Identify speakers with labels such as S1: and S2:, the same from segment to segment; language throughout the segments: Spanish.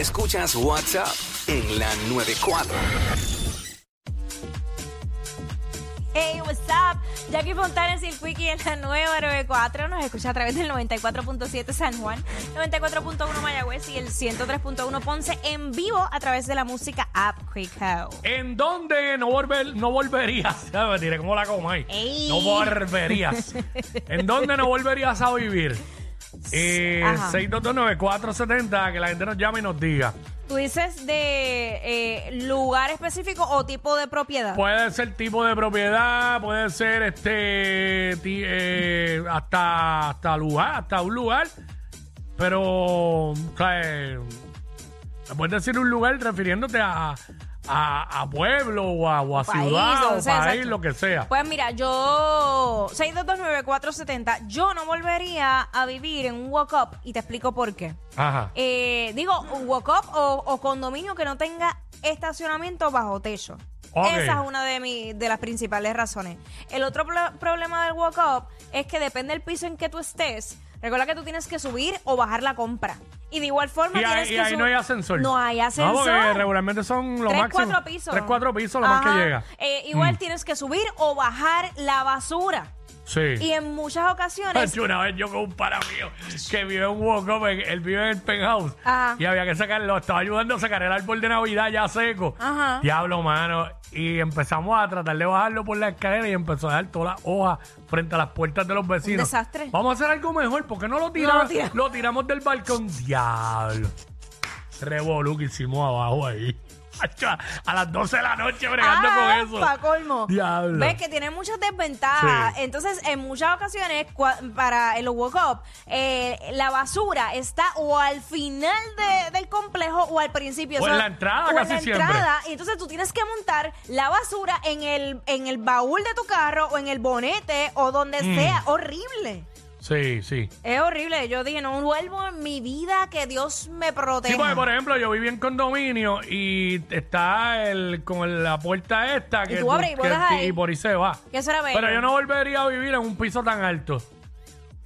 S1: Escuchas WhatsApp en la 94.
S2: Hey, what's up? Jackie Fontanes y el Quickie en la nueva 94. Nos escucha a través del 94.7 San Juan, 94.1 Mayagüez y el 103.1 Ponce en vivo a través de la música App Quick
S3: ¿En dónde no, volver- no volverías? Ya me tiré como la coma ahí.
S2: Ey.
S3: No volverías. ¿En dónde no volverías a vivir? Eh,
S2: Ajá.
S3: 6229470, que la gente nos llame y nos diga.
S2: ¿Tú dices de eh, lugar específico o tipo de propiedad?
S3: Puede ser tipo de propiedad, puede ser este ti- eh, hasta, hasta lugar, hasta un lugar. Pero claro, me puedes decir un lugar refiriéndote a, a, a pueblo o a, o a
S2: País,
S3: ciudad
S2: o
S3: o
S2: sea,
S3: país,
S2: exacto.
S3: lo que sea.
S2: Pues mira, yo 6229470, yo no volvería a vivir en un walk-up y te explico por qué.
S3: Ajá.
S2: Eh, digo, un walk-up o, o condominio que no tenga estacionamiento bajo techo.
S3: Ok.
S2: Esa es una de, mi- de las principales razones. El otro pl- problema del walk-up es que depende del piso en que tú estés. Recuerda que tú tienes que subir o bajar la compra. Y de igual forma
S3: Y
S2: tienes
S3: ahí, y
S2: que
S3: ahí
S2: sub-
S3: no hay ascensor.
S2: No hay
S3: No,
S2: ascensor.
S3: porque regularmente son lo
S2: tres,
S3: máximo.
S2: cuatro pisos.
S3: Tres, cuatro pisos, lo más
S2: Ajá.
S3: que llega. Mm.
S2: Eh, igual tienes que subir o bajar la basura.
S3: Sí.
S2: Y en muchas ocasiones
S3: Hacho, Una vez yo con un pana mío que vive en un walk-up, en- él vive en el penthouse
S2: Ajá.
S3: y había que sacarlo, estaba ayudando a sacar el árbol de Navidad ya seco.
S2: Ajá.
S3: Diablo, mano. Y empezamos a tratar de bajarlo por la escalera y empezó a dar todas las hojas frente a las puertas de los vecinos.
S2: desastre.
S3: Vamos a hacer algo mejor, ¿por qué no lo tiramos?
S2: lo tiramos.
S3: lo tiramos del balcón. Diablo. Revolú que hicimos abajo ahí. Hacho, A las 12 de la noche bregando
S2: Ah,
S3: con eso.
S2: pa' colmo.
S3: Diablo.
S2: Ves que tiene muchas desventajas.
S3: Sí.
S2: Entonces, en muchas ocasiones, cua- para el walk-up, eh, la basura está o al final de- del complejo o al principio.
S3: O en la entrada
S2: o en
S3: casi
S2: la
S3: siempre.
S2: entrada. Y entonces tú tienes que montar la basura en el, en el baúl de tu carro o en el bonete o donde
S3: Mm.
S2: sea. Horrible.
S3: Sí, sí.
S2: Es horrible. Yo dije, no vuelvo en mi vida, que Dios me proteja.
S3: Sí, porque por e- ejemplo, yo viví en condominio y está el con el- la puerta esta que,
S2: tú abres y
S3: que-
S2: bolas ahí.
S3: y por ahí se va.
S2: Que eso era bello.
S3: Pero yo no volvería a vivir en un piso tan alto.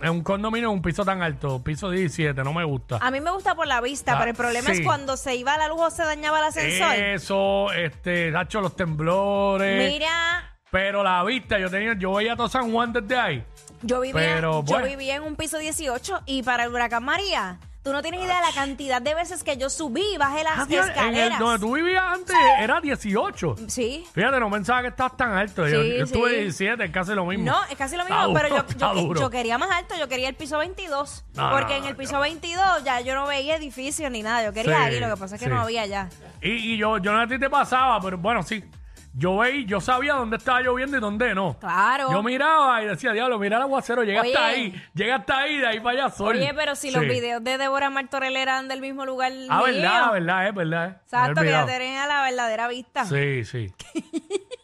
S3: En un condominio en un piso tan alto, piso 17, no me gusta.
S2: A mí me gusta por la vista,
S3: Ah,
S2: pero el problema
S3: sí. Eh,
S2: es cuando se iba la luz o se dañaba el ascensor.
S3: Eso, este, Nacho, los temblores.
S2: Mira,
S3: Pero la vista, yo tenía, yo veía todo San Juan desde ahí.
S2: yo vivía,
S3: Pero,
S2: yo
S3: bueno.
S2: vivía en un piso 18 y para el huracán María, tú no tienes idea de la cantidad de veces que yo subí y bajé las
S3: Adiós, Ah, en el-
S2: escaleras.
S3: donde tú vivías antes era 18.
S2: Sí.
S3: Fíjate, no pensaba que estabas tan alto. yo,
S2: Sí,
S3: yo estuve
S2: sí.
S3: 17, casi lo mismo.
S2: No, es casi lo mismo,
S3: Está
S2: pero
S3: duro,
S2: yo-
S3: está
S2: yo, que-
S3: duro.
S2: yo quería más alto, yo quería el piso 22,
S3: No,
S2: porque
S3: no,
S2: en el
S3: no,
S2: piso
S3: yo-
S2: 22 ya yo no veía edificios ni nada, yo quería
S3: Sí,
S2: ahí, lo que pasa es que
S3: sí.
S2: no había ya.
S3: Y, y yo, yo no sé a ti te pasaba, pero bueno, sí. Yo veía, yo sabía dónde estaba lloviendo y dónde no.
S2: Claro.
S3: Yo miraba y decía, diablo, mira el aguacero, llega
S2: Oye.
S3: hasta ahí, llega hasta ahí, de ahí para allá sol.
S2: Oye, pero si los
S3: Sí.
S2: videos de Débora Martorell eran del mismo lugar
S3: Ah,
S2: mío.
S3: verdad, verdad, es verdad. eh. Me había
S2: Exacto, que ya
S3: olvidado.
S2: tenés a la verdadera vista.
S3: Sí, sí.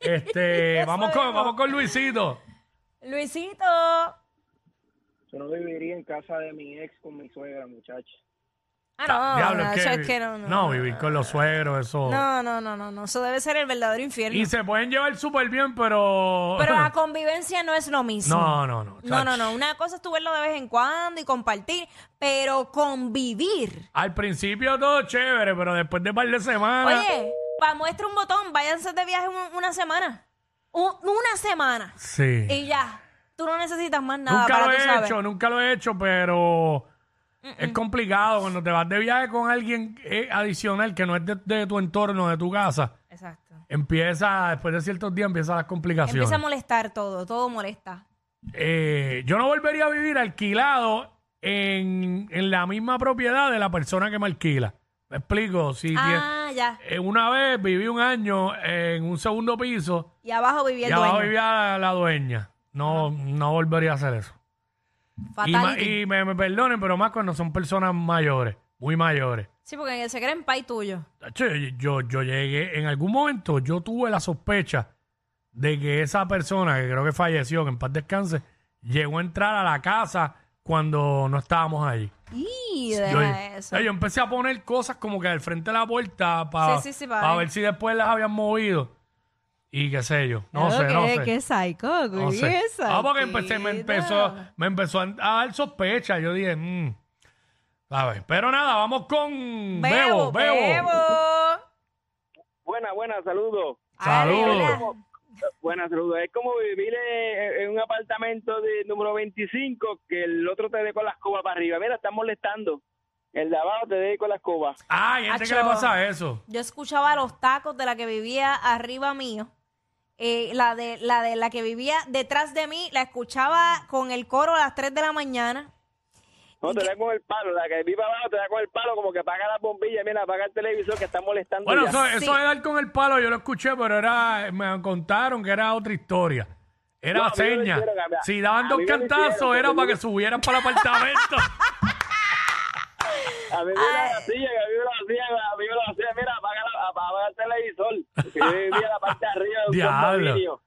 S3: este,
S2: Ya
S3: vamos con,
S2: sabemos.
S3: vamos con Luisito.
S2: Luisito,
S4: Yo no viviría en casa de mi ex con mi suegra, muchacho.
S2: Ah, no,
S3: diablo,
S2: no,
S3: es
S2: eso
S3: que,
S2: es que no, no,
S3: vivir con los suegros, eso.
S2: No, no, no, no, no. Eso debe ser el verdadero infierno.
S3: Y se pueden llevar súper bien, pero.
S2: Pero la convivencia no es lo mismo.
S3: no, no, no.
S2: No, no,
S3: chacho.
S2: no. Una cosa es tú verlo de vez en cuando y compartir, pero convivir.
S3: Al principio todo chévere, pero después de un par de semanas.
S2: Oye, para muestra un botón, váyanse de viaje un- una semana. Un- una semana.
S3: sí.
S2: Y ya. Tú no necesitas más nada
S3: Nunca
S2: para
S3: lo
S2: tú
S3: he
S2: saber.
S3: hecho, nunca lo he hecho, pero es complicado cuando te vas de viaje con alguien eh, adicional que no es de, de tu entorno, de tu casa.
S2: Exacto.
S3: Empieza, después de ciertos días, empiezan las complicaciones.
S2: Empieza a molestar todo, todo molesta.
S3: Eh, yo no volvería a vivir alquilado en, en la misma propiedad de la persona que me alquila. Me explico. Si
S2: ah, ya.
S3: tie- eh, una vez viví un año en un segundo piso
S2: Y abajo vivía
S3: y
S2: el
S3: abajo
S2: dueño.
S3: vivía la, la dueña. No, no volvería a hacer eso. Y, ma-
S2: Fatality.
S3: y me, me perdonen, pero más cuando son personas mayores, muy mayores.
S2: Sí, porque se creen pay tuyo.
S3: Tacho, Yo, yo, yo llegué, en algún momento yo tuve la sospecha de que esa persona, que creo que falleció, que en paz descanse, llegó a entrar a la casa cuando no estábamos ahí.
S2: Y
S3: Yo,
S2: deja eso.
S3: yo empecé a poner cosas como que al frente de la puerta para
S2: Sí, sí, sí, pa' ver.
S3: ver si después las habían movido. Y qué sé yo. No sé, no sé.
S2: psycho,
S3: No sé. Ah, porque empecé- me empezó, me empezó a dar sospecha. Yo dije, mm, ¿Sabes? Pero nada, vamos con
S2: Bebo,
S3: Bebo,
S2: bebo.
S5: Buena, buena, saludos.
S3: Saludos.
S2: Dale, hola.
S5: Buena, saludos. Es como vivir eh, en un apartamento de número 25 que el otro te dé con la escoba para arriba. Mira, están molestando. El de abajo te dé con la escoba.
S3: Ah, hay gente que le
S2: Acho.
S3: pasa eso.
S2: Yo escuchaba los tacos de la que vivía arriba mío. Eh, la, de, la de la que vivía detrás de mí, la escuchaba con el coro a las 3 de la mañana.
S5: No, te da con el palo. La que vive abajo te da con el palo como que apaga la bombilla. Mira, apaga el televisor que está molestando.
S3: Bueno,
S5: ya.
S3: eso,
S2: Sí.
S3: eso de dar con el palo yo lo escuché, pero era me contaron que era otra historia. Era
S5: No, a mí me lo
S3: seña.
S5: hicieron, a mí-
S3: si daban
S5: a
S3: dos
S5: mí me lo
S3: cantazos
S5: hicieron,
S3: era
S5: pero
S3: para
S5: yo-
S3: que subieran para el apartamento.
S5: A mí me la hacía, a mí me la hacía, a mí me la hacía. Mira, apaga, la, apaga el televisor. Que yo vivía en la parte de arriba de un
S3: Diablo.
S5: condominio.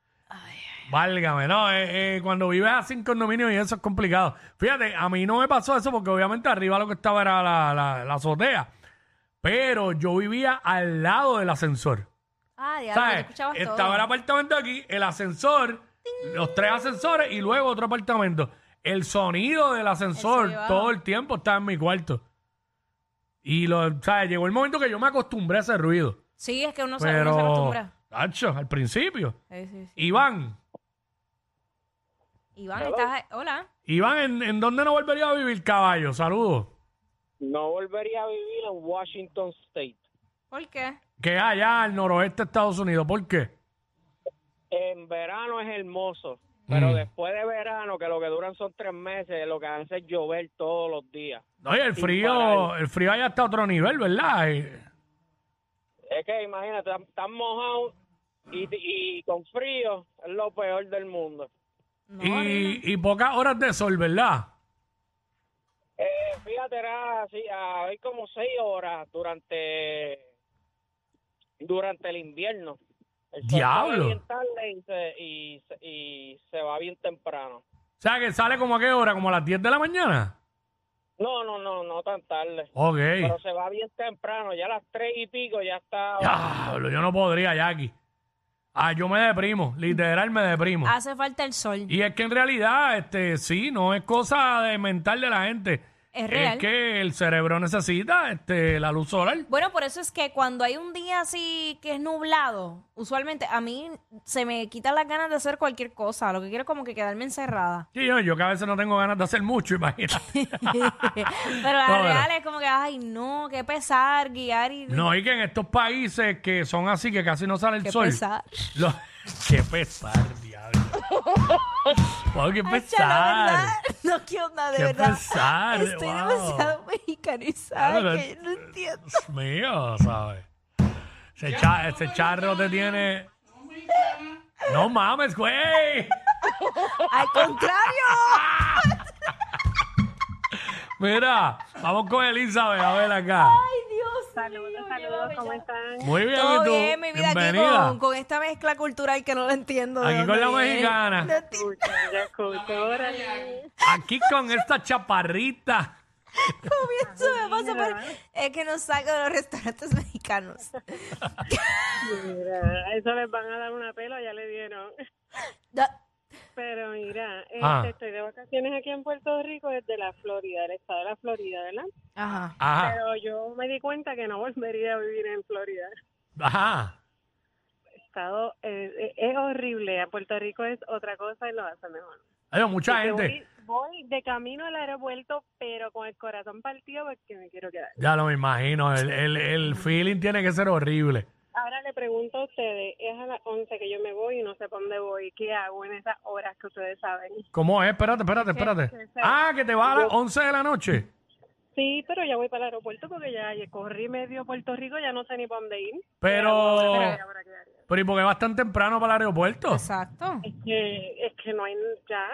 S3: Válgame, no, eh, eh, cuando vives así en condominio y eso es complicado. Fíjate, a mí no me pasó eso porque obviamente arriba lo que estaba era la, la- la azotea. Pero yo vivía al lado del ascensor.
S2: Ah, ya,
S3: ¿Sabes?
S2: lo escuchabas
S3: Estaba
S2: todo.
S3: el apartamento aquí, el ascensor, los tres ascensores y luego otro apartamento. El sonido del
S2: El
S3: ascensor
S2: sonido,
S3: todo
S2: ah.
S3: el tiempo estaba en mi cuarto. Y lo, ¿sabes? llegó el momento que yo me acostumbré a ese ruido.
S2: Sí, es que uno, se- uno se
S3: pero,
S2: acostumbra.
S3: tacho, al principio.
S2: Sí, sí, sí.
S3: Iván,
S2: Iván, estás... Hola.
S3: Iván, ¿en, en dónde no volvería a vivir caballo? Saludos.
S6: No volvería a vivir en Washington State.
S2: ¿Por qué?
S3: Que es allá al noroeste de Estados Unidos. ¿Por qué?
S6: En verano es hermoso, pero
S3: Mm.
S6: después de verano, que lo que duran son tres meses, lo que hace es llover todos los días.
S3: Oye, el
S6: Sin parar.
S3: frío, el frío allá está a otro nivel, ¿verdad? Eh,
S6: Es que imagínate, están- están mojados y, y con frío es lo peor del mundo.
S2: No, horrible.
S3: y, y pocas horas de sol, ¿verdad?
S6: Eh, fíjate, era así, hay como seis horas durante durante el invierno. El sol se va
S3: Diablo.
S6: bien tarde y se- y se- y se va bien temprano.
S3: O sea, que sale como a qué hora, como a las 10 de la mañana.
S6: No, no, no, no tan tarde.
S3: Ok.
S6: Pero se va bien temprano, ya a las tres y pico ya está.
S3: Diablo, yo no podría, Jackie. Ah, yo me deprimo, literal me deprimo.
S2: Hace falta el sol.
S3: Y es que en realidad, este, sí, no es cosa de mental de la gente.
S2: Es real.
S3: que el cerebro necesita este, la luz solar.
S2: Bueno, por eso es que cuando hay un día así que es nublado, usualmente a mí se me quitan las ganas de hacer cualquier cosa. Lo que quiero es como que quedarme encerrada.
S3: Sí, yo, yo que a veces no tengo ganas de hacer mucho, imagínate.
S2: Pero la
S3: No, pero-
S2: real es como que, ay, no, qué pesar, guiar y...
S3: No, y que en estos países que son así, que casi no sale el
S2: qué
S3: sol.
S2: pesar.
S3: Lo- qué pesar, diablo. Wow, qué
S2: Ay, cha, la verdad,
S3: pesar.
S2: no, qué onda, de
S3: Qué
S2: verdad.
S3: pesar,
S2: Estoy
S3: wow. Ah,
S2: demasiado mexicanizada
S3: Claro,
S2: que
S3: la-
S2: no entiendo.
S3: Dios mío, ¿sabes? Ese, cha- ese charro te tiene. No mames, güey.
S2: ¡Al contrario!
S3: Mira, vamos con Elizabeth a ver acá.
S2: ¡Ay, Dios mío, llévame ya.
S3: Muy bien,
S2: Todo
S3: ¿y tú?
S2: bien, mi vida, aquí
S3: Bienvenida.
S2: con, con esta mezcla cultural que no la entiendo. de
S3: Aquí con
S2: dónde
S3: la
S2: viene.
S3: mexicana.
S2: No entiendo.
S3: Aquí con esta chaparrita.
S2: Eso me pasa por... Es que no salgo de los restaurantes mexicanos.
S7: Mira, eso les van a dar una pela, ya le dieron.
S2: Da-
S7: Pero mira, este,
S3: Ah.
S7: estoy de vacaciones aquí en Puerto Rico desde la Florida, del estado de la Florida, ¿verdad?
S2: Ajá.
S3: Ajá.
S7: Pero yo me di cuenta que no volvería a vivir en Florida.
S3: Ajá.
S7: Estado eh, eh, es horrible. A Puerto Rico es otra cosa y lo hace mejor.
S3: Hay mucha
S7: Y que
S3: gente.
S7: Voy, voy de camino al aeropuerto, pero con el corazón partido porque me quiero quedar.
S3: Ya lo me imagino. El, el, el feeling tiene que ser horrible.
S7: Ahora le pregunto a ustedes, es a las 11 que yo me voy y no sé para dónde voy. ¿Qué hago en esas horas que ustedes saben?
S3: ¿Cómo es? Espérate, espérate, espérate. Ah, que te va a las 11 de la noche.
S7: Sí, pero ya voy para el aeropuerto porque ya ya corrí medio Puerto Rico, ya no sé ni para dónde ir.
S3: Pero.
S7: Ahora, ahora, ahora, ahora.
S3: Pero ¿y por qué vas tan temprano para el aeropuerto?
S2: Exacto.
S7: Es que, es que no hay ya.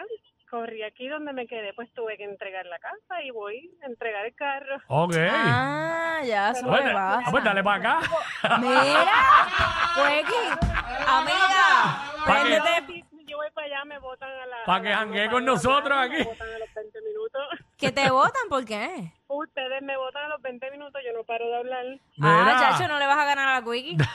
S7: Corrí aquí donde me quedé, pues tuve que entregar la casa y voy a entregar el carro.
S3: Ok.
S2: Ah, ya, eso
S3: Pues,
S2: me
S3: ah,
S2: pasa.
S3: pues dale para acá.
S2: ¡Mira! Weki, amiga, pues
S3: Pa' que-
S2: préndete,
S7: Si yo voy para allá, me botan a la.
S3: Ah. Pa'
S7: a
S3: que
S7: la-
S3: janguee con
S7: me botan
S3: nosotros
S7: a la-
S3: aquí.
S7: Me botan a los 20 minutos.
S2: que te votan, ¿por qué?
S7: Ustedes me botan a los 20 minutos, yo no paro de hablar.
S2: Ah,
S3: Mira.
S2: chacho, no le vas a ganar a la Wiki.
S7: No,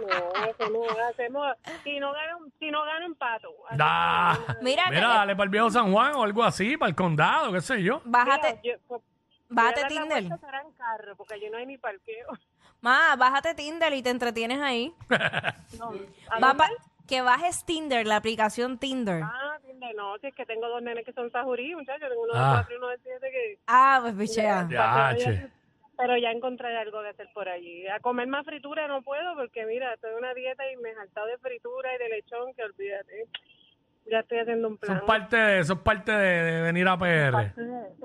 S7: No, eso no hacemos. Si no gana, un- si no gana empato. Así
S3: Da.
S7: que no, no,
S2: Mira, que-
S3: Mira, dale para el viejo San Juan o algo así, para el condado, qué sé yo.
S2: bájate,
S7: yo- pues, voy a
S2: bájate
S7: dar la
S2: Tinder.
S7: vuelta, será en carro, porque allí no hay ni parqueo.
S2: Ma, bájate Tinder y te entretienes ahí.
S7: No. ¿A
S2: Va
S7: dónde?
S2: pa- que bajes Tinder, la aplicación Tinder.
S7: Ah, Tinder, no, si es que tengo dos nenes que son sajurí, muchachos. Tengo uno de
S3: Ah.
S7: cuatro y uno de siete que...
S2: Ah, pues bichea.
S3: Ya, che.
S7: Pero ya encontraré algo que hacer por allí. A comer más fritura no puedo porque, mira, estoy en una dieta y me he saltado de fritura y de lechón, que olvídate. Ya estoy haciendo un
S3: Eso
S7: plan.
S3: es parte de, eso es parte de, de venir a PR.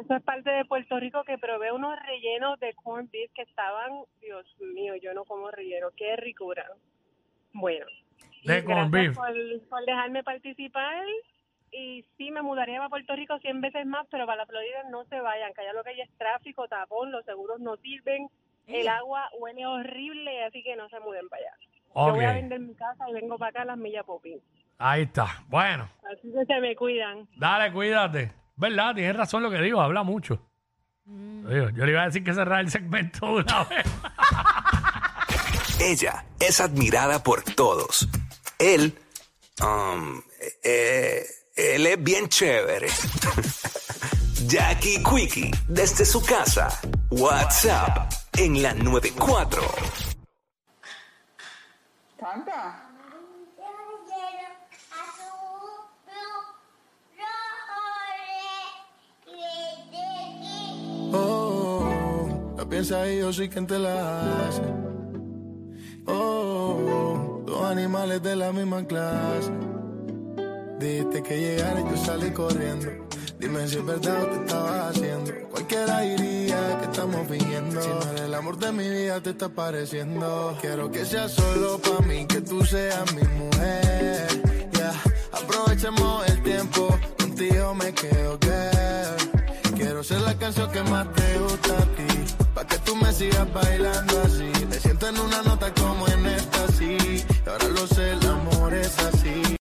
S7: Eso es parte de Puerto Rico que probé unos rellenos de corn beef que estaban, Dios mío, yo no como relleno, qué ricura. Bueno,
S3: De
S7: y
S3: corn beef.
S7: gracias Por, por dejarme participar y sí, me mudaría para Puerto Rico 100 veces más, pero para la Florida no se vayan, que allá lo que hay es tráfico, tapón, los seguros no sirven, el agua huele horrible, así que no se muden para allá. Yo voy a
S3: Ok,
S7: vender mi casa y vengo para acá a las millas popín.
S3: ahí está. Bueno,
S7: Así que se me cuidan.
S3: dale, cuídate. ¿Verdad? Tienes razón lo que digo, habla mucho. Digo, yo le iba a decir que cerrar el segmento de una vez.
S1: Ella es admirada por todos. Él, um, eh, él es bien chévere. Jackie Quickie, desde su casa. WhatsApp en la 94.
S8: Canta.
S9: Oh, la piensa y yo soy quien te la hace. Oh, dos animales de la misma clase. Dijiste que llegara y yo salí corriendo. Dime si es verdad o te estabas haciendo. Cualquiera diría que estamos fingiendo. Si no eres el amor de mi vida te está pareciendo. Quiero que seas solo para mí, que tú seas mi mujer. Yeah. Aprovechemos el tiempo, contigo me quedo girl. Quiero ser la canción que más te gusta a ti. Pa' que tú me sigas bailando así. Me siento en una nota como en esta, sí. Y ahora lo sé, la